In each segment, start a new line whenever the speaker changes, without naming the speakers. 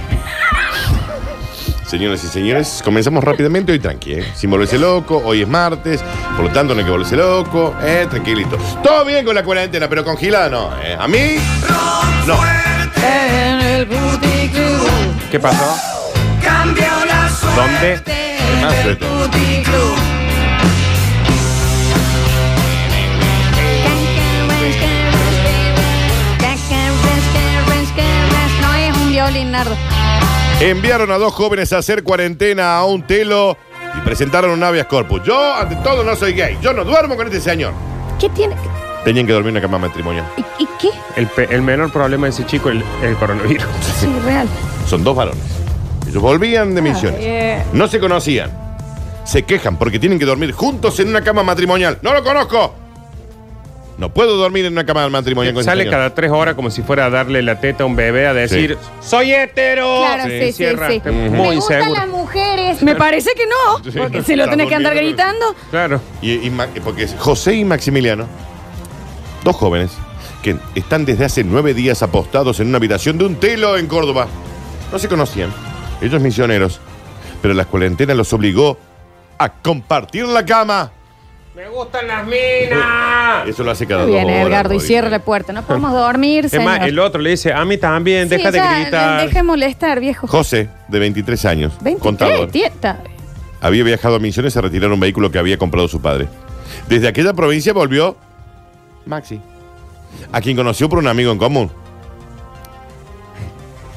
Señoras y señores, comenzamos rápidamente hoy tranqui, ¿eh? Sin volverse loco, hoy es martes, por lo tanto no hay que volverse loco, ¿eh? Tranquilito. Todo bien con la cuarentena, pero con Gilada no, ¿eh? A mí, no.
¿Qué pasó? ¿Dónde?
Temazo de todo.
No es un violín, Nardo.
Enviaron a dos jóvenes a hacer cuarentena a un telo y presentaron un habeas corpus. Yo, ante todo, no soy gay. Yo no duermo con este señor.
¿Qué tiene?
Tenían que dormir en una cama matrimonial.
¿Y, y qué?
El, pe- el menor problema de ese chico es el, el coronavirus.
Sí, real.
Son dos varones. Ellos volvían de misiones.
eh.
No se conocían. Se quejan porque tienen que dormir juntos en una cama matrimonial. ¡No lo conozco! No puedo dormir en una cama matrimonial con ese
Sale
señor.
cada tres horas como si fuera a darle la teta a un bebé a decir, "Eh, soy hetero.
Claro, sí, sí,
cierra.
sí.
Muy seguro.
mujeres. Me parece que no.
Sí.
Porque se lo
Está
tenés que andar
durmiendo.
gritando.
Claro.
Y- y Ma- porque es José y Maximiliano, dos jóvenes que están desde hace nueve días apostados en una habitación de un telo en Córdoba. No se conocían, ellos misioneros, pero la cuarentena los obligó a compartir la cama.
Me gustan las minas.
Eso lo hace cada
Muy bien,
dos horas,
Edgardo, y
Rodri.
cierra la puerta. No podemos dormir,
Es más,
señor.
el otro le dice, a mí también,
Sí,
deja de
ya,
gritar.
Deja de molestar, viejo.
José, de 23 años,
23,
contador,
tieta.
había viajado a Misiones a retirar un vehículo que había comprado su padre. Desde aquella provincia volvió Maxi, a quien conoció por un amigo en común.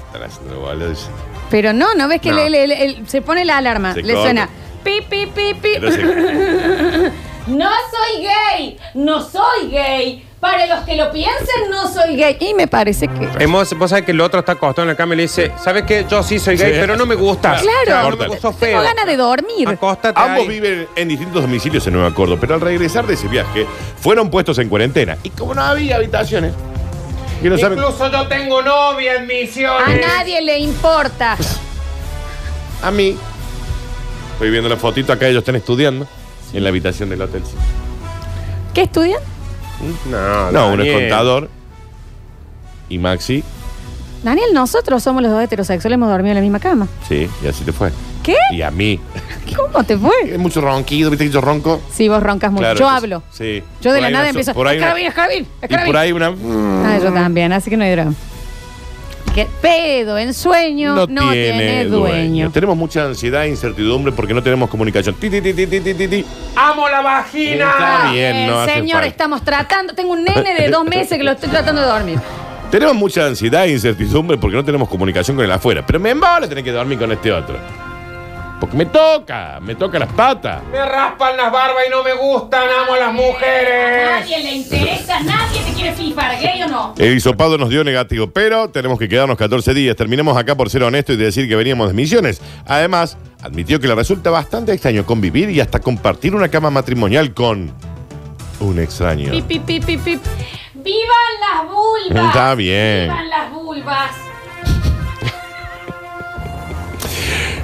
Están haciendo bolas.
Pero no, ¿no ves que
No.
le- le- le- el- se pone la alarma?
Se
le
corta.
suena. Pi, pi, pi, pi.
Pero se-
No soy gay, no soy gay. Para los que lo piensen, no soy gay. Y me parece que...
Hemos, vos sabés que el otro está acostado en la cama y le dice, ¿sabes qué? Yo sí soy gay,
Sí.
pero no me gusta.
Claro,
No me gustó
tengo
feo.
ganas de dormir.
Acóstate
Ambos
ahí.
viven en distintos domicilios en Nueva Córdoba, pero al regresar de ese viaje fueron puestos en cuarentena. Y como no había habitaciones, que no saben-
Incluso yo tengo novia en
Ah,
misiones.
A nadie le importa.
a mí, estoy viendo la fotito, acá ellos están estudiando en la habitación del hotel.
¿Qué estudian?
No,
No, uno es
Daniel.
contador y Maxi,
Daniel, nosotros somos los dos heterosexuales, hemos dormido en la misma cama.
sí, y así te fue.
¿Qué?
Y a mí.
¿Cómo te fue?
Es mucho ronquido, viste que yo ronco.
Si vos roncas mucho.
Claro,
yo
entonces-
hablo.
Sí.
Yo de
Por
la
ahí
nada
una-
empiezo.
Por ahí,
"Es
una-
Javín, es Javín, es
y por
Javín".
ahí una.
Ah, yo también, así que no hay drama. Que pedo en sueño
mm,
no, tiene, dueño.
Tenemos mucha ansiedad e incertidumbre porque no tenemos comunicación. Ti, ti, ti, ti, ti, ti, ti, ti.
¡Amo la vagina!
Está bien, no hace
Ah, señor,
falta.
estamos tratando. Tengo un nene de dos meses que lo estoy tratando de dormir.
Tenemos mucha ansiedad e incertidumbre porque no tenemos comunicación con el afuera. Pero me embola tener que dormir con este otro. Porque me toca, me toca las patas.
Me raspan las barbas y no me gustan, amo a las mujeres.
le interesa, nadie te quiere fifar, gay o no.
El hisopado nos dio negativo, pero tenemos que quedarnos 14 días. Terminemos acá por ser honestos y decir que veníamos de misiones. Además, admitió que le resulta bastante extraño convivir y hasta compartir una cama matrimonial con Un extraño.
Pip, pip, pip, pip, pip.
¡Vivan las vulvas!
Está bien.
¡Vivan las vulvas!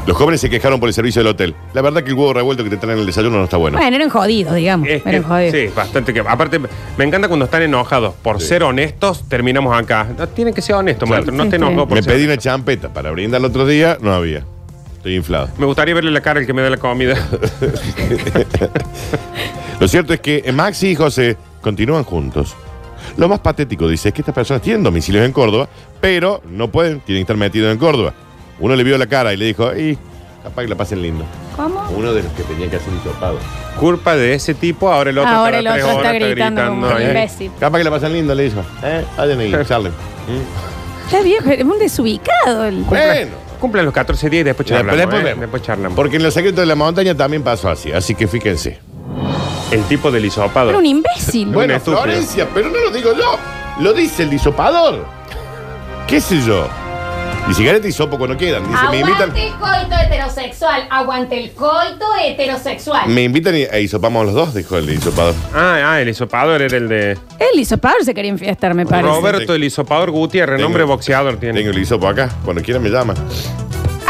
Los jóvenes se quejaron por el servicio del hotel. La verdad que el huevo revuelto que te traen en el desayuno no está bueno.
Bueno, eran jodidos, digamos.
Es que-
eran jodidos.
Este, sí, bastante que. Aparte, me encanta cuando están enojados. Por
Sí.
ser honestos, terminamos acá. No, tienen que ser honestos, maestro. No
Sí,
te
está
enojo
bien.
por
Me
ser-
pedí una champeta para brindar el otro día, no había. Estoy inflado.
Me gustaría verle la cara al que me da la comida.
Lo cierto es que Maxi y José continúan juntos. Lo más patético, dice, es que estas personas tienen domicilios en Córdoba, pero no pueden, tienen que estar metidos en Córdoba. Uno le vio la cara y le dijo, y capaz que la pasen lindo.
¿Cómo?
Uno de los que tenía que hacer hisopado.
Culpa de ese tipo, ahora el otro,
Ah,
estará
Ahora el otro
tres
está
horas,
gritando como
gritando
un
ahí.
imbécil.
Capaz que la pasan lindo, le dijo. Eh, vayan ahí, charlen. Mm.
Está viejo, es un desubicado. el-
Bueno.
Cumplan- Cumplan los 14 días y después charlamos.
después,
¿eh?
vemos.
Después charlamos.
Porque en los secretos de la montaña también pasó así, así que fíjense.
El tipo del hisopado.
Era un imbécil.
Bueno,
Bueno,
estúpido.
Florencia, pero no lo digo yo. Lo dice el disopador. ¿Qué sé yo? Y cigarete y sopo cuando quedan. Dice, me invitan,
Aguante el coito heterosexual. Aguante el coito heterosexual.
me invitan y e hisopamos los dos, dijo el disopador.
Ah, ah, el hisopador era el de.
Él hizo Pablo se quería enfiestar, me parece.
Roberto, el hisopador Gutiérrez,
Tengo-
nombre boxeador tiene.
Tengo el hisopo acá, cuando quiera me llama.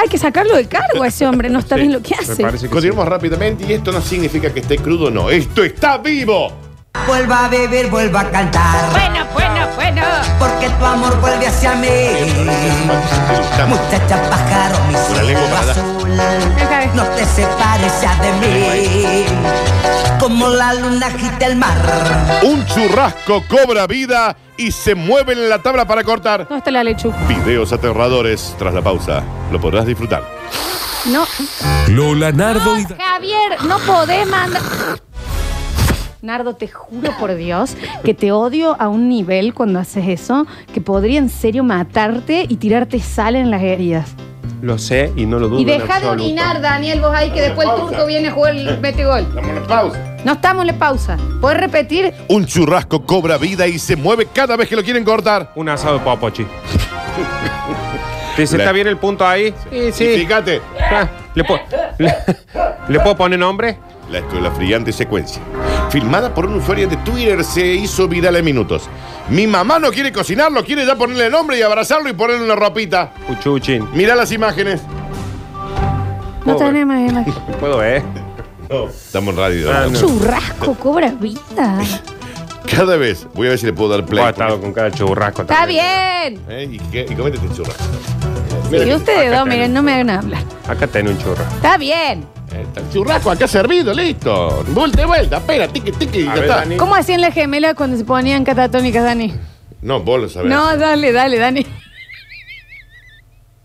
Hay que sacarlo del cargo a ese hombre, no está
Sí,
bien lo que
Me
hace.
parece que sí.
Continuamos rápidamente y esto no significa que esté crudo, no. ¡Esto está vivo!
Vuelva a beber, vuelva a cantar,
Bueno, bueno, bueno.
porque tu amor vuelve hacia mí. Muchacha pájaro, mi
Una lengua
cielo
para dar.
azul,
Deja de-
no te separes ya de mí. Como la luna agita el mar,
Un churrasco cobra vida y se mueve en la tabla para cortar.
¿Dónde está la lechuga?
Videos aterradores tras la pausa. Lo podrás disfrutar.
No,
Lola Nardo y...
no, Javier, no podés mandar. Nardo, te juro por Dios que te odio a un nivel cuando haces eso que podría en serio matarte y tirarte sal en las heridas.
Lo sé y no lo dudo.
Y
en
deja de
absoluto.
orinar, Daniel, vos ahí que después el
Pausa.
turco viene a jugar el mete gol.
Damos una pausa.
No estamos en la pausa. ¿Puedes repetir?
Un churrasco cobra vida y se mueve cada vez que lo quieren cortar.
Un asado de popochi. Dice,
La-
¿está bien el punto ahí? Sí,
Y
sí.
Fíjate,
Ah, ¿Le, puedo- le- ¿le puedo poner nombre?
la, la brillante secuencia. Filmada por un usuario de Twitter, se hizo viral en minutos. Mi mamá no quiere cocinarlo, quiere ya ponerle nombre y abrazarlo y ponerle una ropita.
Uchuchin.
Mirá las imágenes.
No
Pobre.
tenemos imagen.
¿Puedo ver?
No, estamos en radio.
Oh. Ah, no.
Churrasco, cobra vida.
Cada vez, voy a ver si le puedo dar play.
Vos has estado con cada churrasco.
Está
también.
bien.
¿Eh? ¿Y, qué? ¿Y comete este churrasco? Mira
Y
que-
ustedes
acá
dos, miren,
tenés.
no me hagan hablar.
Acá tenés un churrasco.
Está bien.
Eh, está el churrasco acá servido, listo. Vuelta y vuelta, espera, tiki, tiki, y ya
ver,
está.
Dani.
¿Cómo hacían las gemelas cuando se ponían catatónicas, Dani?
No, vos lo sabés.
No, dale, dale, Dani.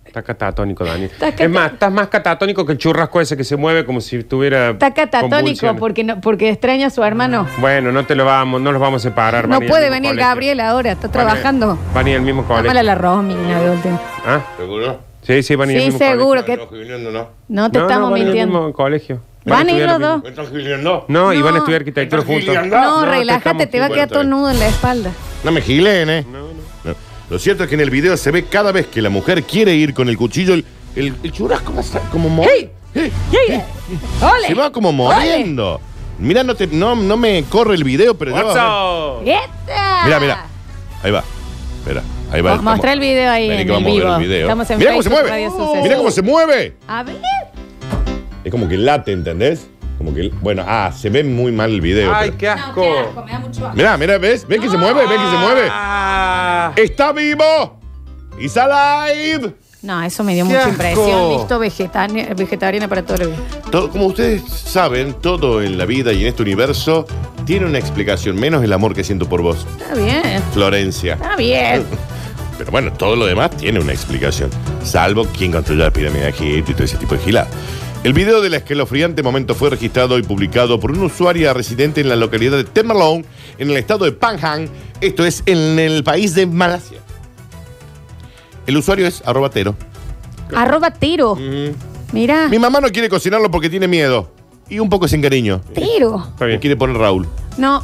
Está catatónico, Dani.
Está
Es
cata-
más, estás más catatónico que el churrasco ese que se mueve como si tuviera.
Está catatónico
convulsiones.
porque, no, porque extraña a su hermano.
Bueno, no te lo vamos, no los vamos a separar.
No
van a ir
puede
al mismo
venir
colegio.
Gabriel ahora,
Van
está
a-
trabajando.
Van a ir al mismo
Llámale
colegio.
a la Romy, una de última.
¿Ah?
¿Seguro?
Sí, sí, van a ir al
Sí,
mismo colegio.
seguro
¿Qué?
que. No te
No, no,
estamos
van a ir al
mintiendo.
mismo colegio.
Van a ir
estudiar
los
al
dos.
mismo- No, y van a estudiar arquitectura
Estás
juntos.
giliando.
No,
No,
te
relájate,
estamos-
te va a
Sí,
quedar
bueno,
todo
está bien.
nudo en la espalda.
No me gilen, ¿eh? No. Lo cierto es que en el video se ve cada vez que la mujer quiere ir con el cuchillo, el, el- el churrasco va a estar como mo-
¡Hey!
¡Hey!
¡Yay! ¡Ole!
Se va como moviendo. Mirá, no, te- no, no me corre el video, pero ya vas a ver.
What's up?
¡Esta!
Mira, mira. Ahí va. Mira, ahí va.
Mo- Mostrá el video ahí
Vení
en
que
el
vamos a ver
vivo.
el video.
Estamos en
Mirá cómo se
Facebook, Radio
mueve.
Sucesos.
Mirá cómo se mueve.
A ver.
Es como que late, ¿entendés? Como que, bueno, ah, se ve muy mal el video.
Ay,
pero-
qué asco.
me da mucho asco.
Mirá, mirá, ¿ves? ¿Ves que se mueve? ¿Ves que se mueve?
Ah.
¡Está vivo! ¡Is alive!
No, eso me dio
¡Qué
mucha
asco!
impresión. Listo, vegetariana, vegetariana para todo el
Todo- como ustedes saben, todo en la vida y en este universo tiene una explicación, menos el amor que siento por vos,
Está bien,
Florencia.
está bien.
Pero bueno, todo lo demás tiene una explicación, salvo quien construyó la pirámide de Egipto y todo ese tipo de gilada. El video del escalofriante momento fue registrado y publicado por una usuaria residente en la localidad de Temerloh, en el estado de Panjang, esto es en el país de Malasia. El usuario es arrobatero.
Arroba tiro. Mira,
Mi mamá no quiere cocinarlo porque tiene miedo. Y un poco sin cariño.
tiro.
Está bien.
quiere poner Raúl.
No,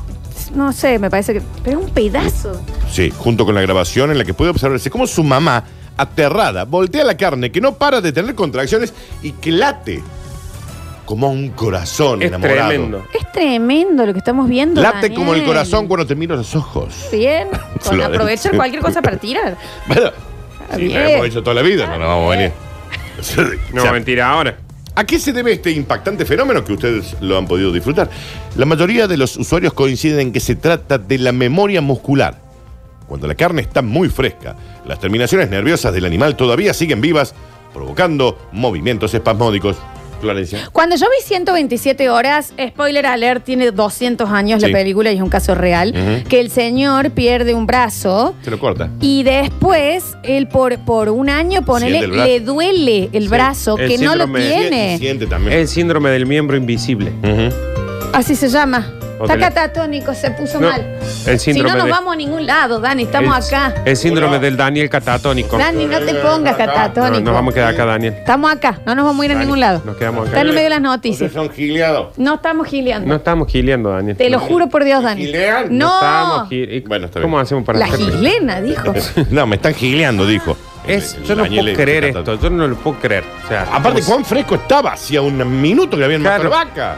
no sé, me parece que. Pero un pedazo.
Sí, junto con la grabación en la que puede observarse cómo su mamá, aterrada, voltea la carne que no para de tener contracciones y que late. como un corazón
Es
enamorado.
tremendo.
Es tremendo lo que estamos viendo.
Late
Daniel.
como el corazón cuando te miro a los ojos.
Bien, con
Florencia.
aprovechar cualquier cosa para tirar.
Bueno, sí, lo
bien.
hemos hecho toda la vida, no nos vamos a venir.
No,
O sea,
mentira, ahora.
¿A qué se debe este impactante fenómeno que ustedes lo han podido disfrutar? La mayoría de los usuarios coinciden en que se trata de la memoria muscular. Cuando la carne está muy fresca, las terminaciones nerviosas del animal todavía siguen vivas, provocando movimientos espasmódicos. Florencia.
Cuando yo vi 127 horas, spoiler alert, tiene 200 años
Sí.
la película y es un caso real,
Ujú.
que el señor pierde un brazo
Se lo corta.
y después él por, por un año, ponele,
el brazo.
le duele el
Sí.
brazo,
El
que no lo
síndrome-
Sie-
tiene.
Siente también.
El síndrome del miembro invisible.
Ujú.
Así se llama.
Ok.
Tacatatónico, se puso
No,
mal.
el
Si
síndrome
no nos
de-
vamos a ningún lado, Dani, estamos
El-
acá.
El síndrome del Daniel catatónico.
Dani, no te pongas
No,
catatónico.
nos vamos a quedar acá, Daniel.
Estamos acá, no nos vamos a ir a
Dani,
ningún lado.
nos quedamos acá.
Está en el medio de las
Ustedes
noticias.
son gileados.
No estamos gileando.
No estamos gileando, Daniel.
Te lo juro por Dios, Dani.
Gilean,
No.
estamos gile- ¿Y
Bueno, está bien.
¿Cómo hacemos para
La
hacer-
gilena, dijo.
No, me están gileando, dijo.
Es,
El- el
yo no
Daniel
puedo
es
creer
catat-
esto, yo no lo puedo creer. O sea,
Aparte,
¿cómo
cuán fresco estaba, hacía un minuto que habían
Claro.
matado la vaca.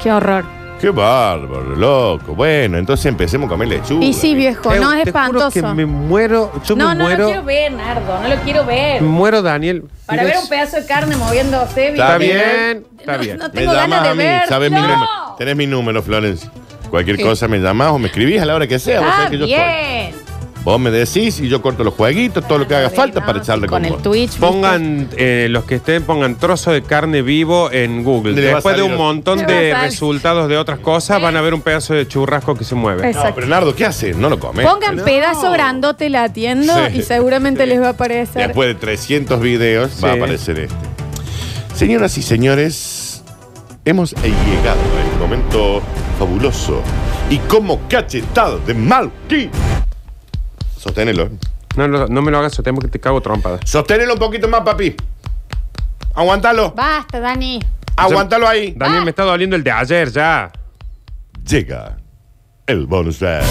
Qué horror.
Qué bárbaro, loco. Bueno, entonces empecemos a comer lechuga.
Y sí, viejo,
se-
no es
Te juro que
espantoso.
me muero, yo
No,
me
no lo
muero,
quiero ver, Nardo, no lo quiero ver.
me muero, Daniel.
Para ver
Mira,
un pedazo de carne moviéndose.
Está
Está
¿viste?
bien, está
No,
bien.
no
Me
tengo ganas
llamás
de
a mí,
ver.
sabes mi
No.
número. Tenés mi número, Florencia. Cualquier cosa me llamás o me escribís a la hora que sea. Vos
Está
sabés que yo estoy.
Ah, bien.
Vos me decís y yo corto los jueguitos, todo lo que haga falta
No,
para echarle
sí, con
con,
el
vos.
Twitch. ¿viste?
Pongan, eh, los que estén, pongan trozo de carne vivo en Google.
Le va a
Después de
salir
un
otro.
montón
Le va a
de
salir.
resultados de otras cosas, van a ver un pedazo de churrasco que se mueve.
No,
Exacto.
pero Nardo, ¿qué haces? No lo comes.
Pongan pedazo grandote la atiendo
Sí.
y seguramente les va a aparecer.
Después de 300 videos va a
Sí.
aparecer este. Señoras y señores, hemos llegado al momento fabuloso y como cachetado de Malky. Sosténelo.
No, lo- no me lo hagas, yo tengo que te cago trompada.
Sosténelo un poquito más, papi. Aguántalo.
Basta, Dani.
Aguántalo ahí.
Ah.
Daniel, me está doliendo el de ayer ya.
Llega el bonus track.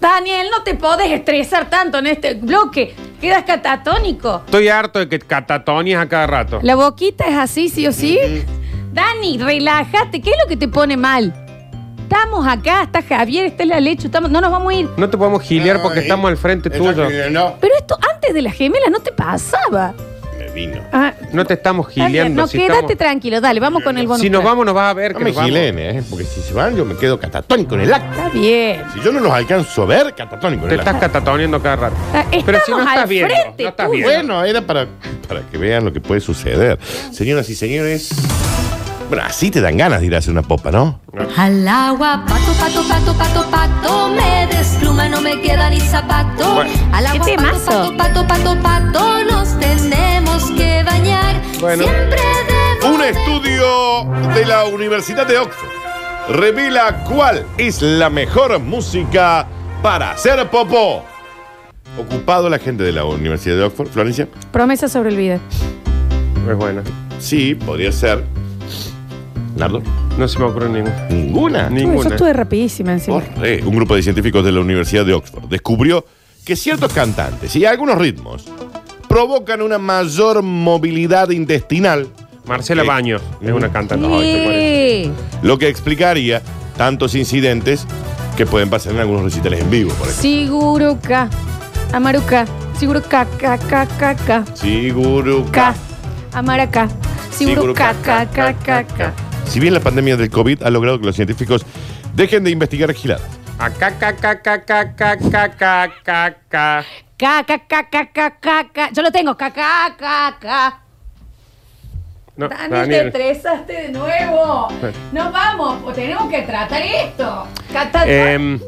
Daniel, no te podés estresar tanto en este bloque. Quedas catatónico.
Estoy harto de que catatonies a cada rato.
La boquita es así, sí o sí. Dani, relájate. ¿Qué es lo que te pone mal? Estamos acá, está Javier, está la lecho, estamos, no nos vamos a ir.
No te podemos gilear porque
Ay,
estamos al frente
está
tuyo.
gileando.
Pero esto antes de las gemelas no te pasaba.
Me vino.
Ah,
No te estamos
Daniel,
gileando.
no,
si
quédate
estamos-
tranquilo. Dale, vamos con el bonus.
Si nos
track.
vamos, nos vas a ver
No
que
me
nos vamos.
gilen, eh, porque si se van yo me quedo catatónico en el acto.
Está bien.
Si yo no los alcanzo a ver, catatónico en
Te
el
estás
acto.
catatoneando cada rato.
Ah,
Pero si
estamos
no
al
estás viendo,
frente,
no estás
tú.
viendo.
Bueno, era para, para que vean lo que puede suceder. Señoras y señores, bueno, así te dan ganas de ir a hacer una popa, ¿no?
Al agua, pato, pato, pato, pato, pato, me despluma, no me queda ni zapato.
Bueno.
Al agua,
Qué
pato,
temazo.
pato, pato, pato, pato, nos tenemos que bañar.
Bueno.
Siempre debo
Un
de-
estudio de la Universidad de Oxford revela cuál es la mejor música para hacer popó. Ocupado la gente de la Universidad de Oxford, Florencia.
Promesa sobre el video.
Es bueno.
Sí, podría ser. Nardo.
No se me ocurre ningún.
Ninguna.
Ni-
Uy, yo
Ninguna.
estuve rapidísima encima.
Corre. eh, Un grupo de científicos de la Universidad de Oxford descubrió que ciertos cantantes y algunos ritmos provocan una mayor movilidad intestinal,
Marcela
Ok.
Baños es una cantante. Ay, qué bueno.
Sí.
lo que explicaría tantos incidentes que pueden pasar en algunos recitales en vivo, por ejemplo.
Siguro K. Amaruca. Siguro K, K, K, K, K.
Siguruca.
K. Amaraca. Siguro K, K, K, K, K.
Si bien la pandemia del COVID ha logrado que los científicos dejen de investigar giladas,
Acá, ca, ca, ca, ca, ca, ca, ca, ca, ca.
K, K, K, K, K, K, K. Yo lo tengo. K, K, K, K.
No,
Dani, te
Ah, Daniel.
estresaste de nuevo. No vamos, pues tenemos que tratar esto. Cata-
Em,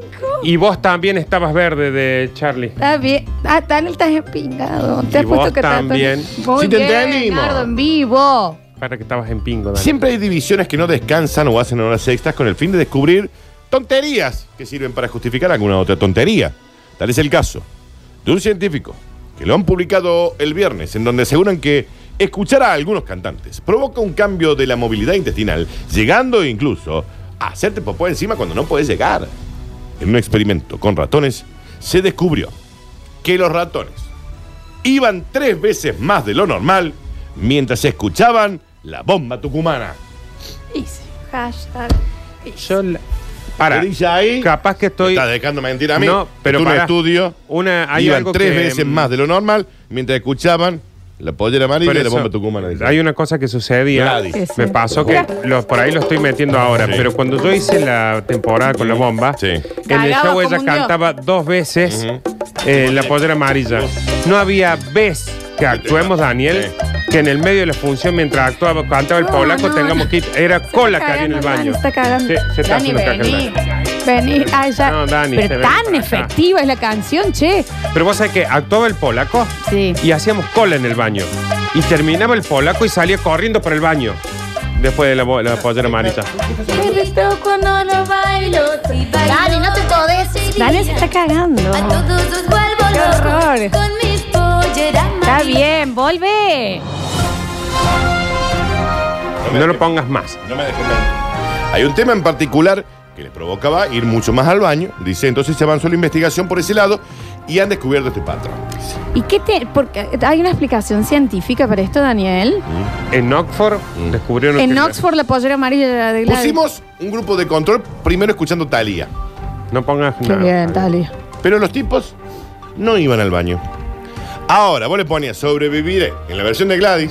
y vos también estabas verde de Charlie.
Está bien. Ah, Daniel, estás empingado. Te
Y
has puesto
vos
que
también.
Muy
Sí, te
bien,
entendimos.
Nardo, en vivo.
Para que estabas en pingo, Daniel.
siempre hay divisiones que no descansan o hacen horas extras con el fin de descubrir tonterías que sirven para justificar alguna otra tontería. Tal es el caso de un científico que lo han publicado el viernes, en donde aseguran que escuchar a algunos cantantes provoca un cambio de la movilidad intestinal, llegando incluso a hacerte popó encima cuando no puedes llegar. En un experimento con ratones, se descubrió que los ratones iban tres veces más de lo normal mientras escuchaban la bomba tucumana.
Y sí, hashtag. y sí.
Yo la- Para.
¿Qué dice ahí?
Capaz que estoy.
Estás dejando mentir a mí.
No, pero
Tú en un
pará.
estudio
Una, hay
iban
algo
tres
que- mm,
veces más de lo normal mientras escuchaban la pollera amarilla
Por
y la
eso,
bomba tucumana. dice.
Hay una cosa que sucedía.
Gladys. Ah,
Es
Me
cierto.
pasó que lo- por ahí lo estoy metiendo ahora,
Sí.
pero cuando yo hice la temporada con la bomba,
Sí.
en el show
Cagaba como
ella
un dios.
cantaba dos veces eh, la pollera amarilla. No había vez que actuemos, Daniel, que en el medio de la función, mientras actuaba, cantaba el
No,
polaco,
no,
tengamos
no.
que ir. Era
Se
cola
está
que había en el
cagando, Dani,
baño.
Está cagando.
Sí, se está
Dani,
haciendo caca en el
vení.
baño.
Vení. Ay, ya.
No, Dani, se
Pero
ve.
tan
Ah,
efectiva es la canción, che.
Pero vos sabés que actuaba el polaco
Sí.
y hacíamos cola en el baño. Y terminaba el polaco y salía corriendo por el baño. Después de la, bo- la pollera amarilla.
cuando no bailo, si bailo,
Dani, no te podés.
Dani se está cagando.
A todos los vuelvo
Qué
loco
horror.
Con mis polleras
Está
amarillas.
bien, vuelve.
No lo pongas más.
No me dejes mentir. Hay un tema en particular que les provocaba ir mucho más al baño. Dice, entonces se avanzó la investigación por ese lado y han descubierto este patrón. Dice,
¿Y qué te.? Porque hay una explicación científica para esto, Daniel.
En Oxford descubrieron
En
que-
Oxford, la pollera amarilla era de Gladys.
Pusimos un grupo de control primero escuchando Talía.
No pongas
Qué
nada.
bien, Talia.
Pero los tipos no iban al baño. Ahora, vos le ponías sobrevivir eh, en la versión de Gladys.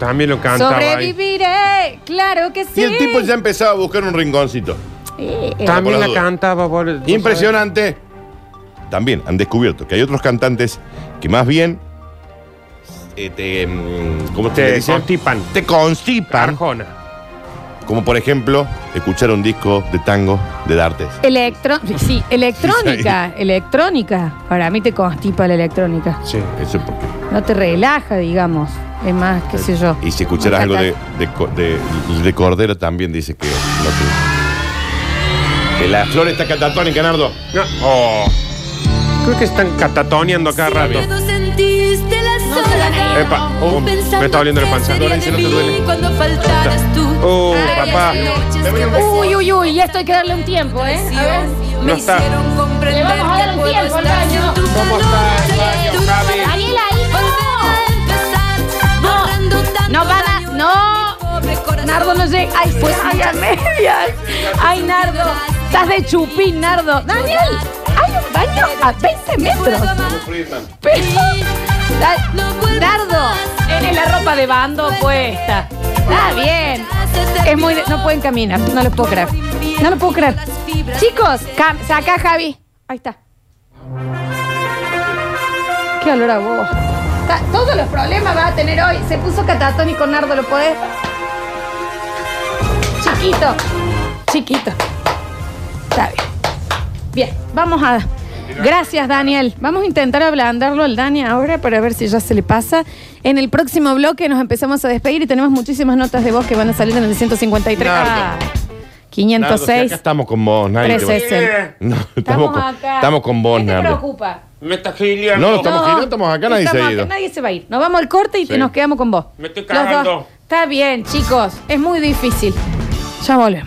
También lo cantaba ahí.
Sobreviviré, claro que
Y
sí.
el tipo ya empezaba a buscar un rinconcito.
Eh, eh.
por
También
la
la
duda.
cantaba. por- vos
Impresionante. También han descubierto que hay otros cantantes que más bien eh, te, mm, ¿cómo
Te
te dicen?
constipan.
Te
sabés.
constipan.
Arjona.
Como por ejemplo, escuchar un disco de tango de Dartes.
Electro, sí, electrónica, electrónica. Para mí te constipa la electrónica.
Sí.
Eso porque.
No te relaja, digamos. Es más, qué sé yo.
Y si escucharas algo de, de, co- de- de Cordero también dice que no te- Que la flor está catatónica, Nardo.
No. Oh. Creo que están catatoneando cada rato.
Cuando sentiste la soledad
Epa, oh,
Pensando
me está doliendo la
qué
panza.
sería
Florencia,
de
¿no te
mí
duele?
Cuando faltaras tú
Oh, papá.
Uy, uy, uy, ya esto hay que darle un tiempo, ¿eh? A ver.
Me
No está.
hicieron comprender
Le vamos a dar un
que puedo
tiempo al
estar
baño.
sin tu
¿Cómo
calor.
está el baño,
Tú no
Javi?
vas a
Daniela, ahí no.
volver a empezar, borrando tanto
No van a.
daño de mi
¡No!
pobre corazón.
Nardo no llega. Ay, pues ay, a medias. Ay, Nardo. Estás de chupín, Nardo. Daniel, hay un baño a 20 metros. Pero. Da- Nardo, en la ropa de bando puesta. Está bien. Es muy. de- no pueden caminar. No lo puedo creer. No lo puedo creer. Chicos, cam- saca a Javi. Ahí está. Qué olor a vos. Todos los problemas va a tener hoy. Se puso catatónico Nardo, ¿lo podés? Chiquito. Chiquito. Está bien. Bien, vamos a. Gracias, Daniel. Vamos a intentar ablandarlo al Dani ahora para ver si ya se le pasa. En el próximo bloque nos empezamos a despedir y tenemos muchísimas notas de voz que van a salir en el 153.
Nardo.
Ah,
Nardo, si
506.
acá estamos con vos, nadie te va-
360.
No, estamos, con, estamos con vos,
¿Qué te
Nardo.
preocupa?
Me está giliando.
No, no estamos girando, estamos acá, nadie se ha
Estamos
ido.
acá, nadie se va a ir. Nos vamos al corte y
Sí.
nos quedamos con vos.
Me estoy
Los dos.
cagando.
Está bien, chicos. Es muy difícil. Ya volvemos.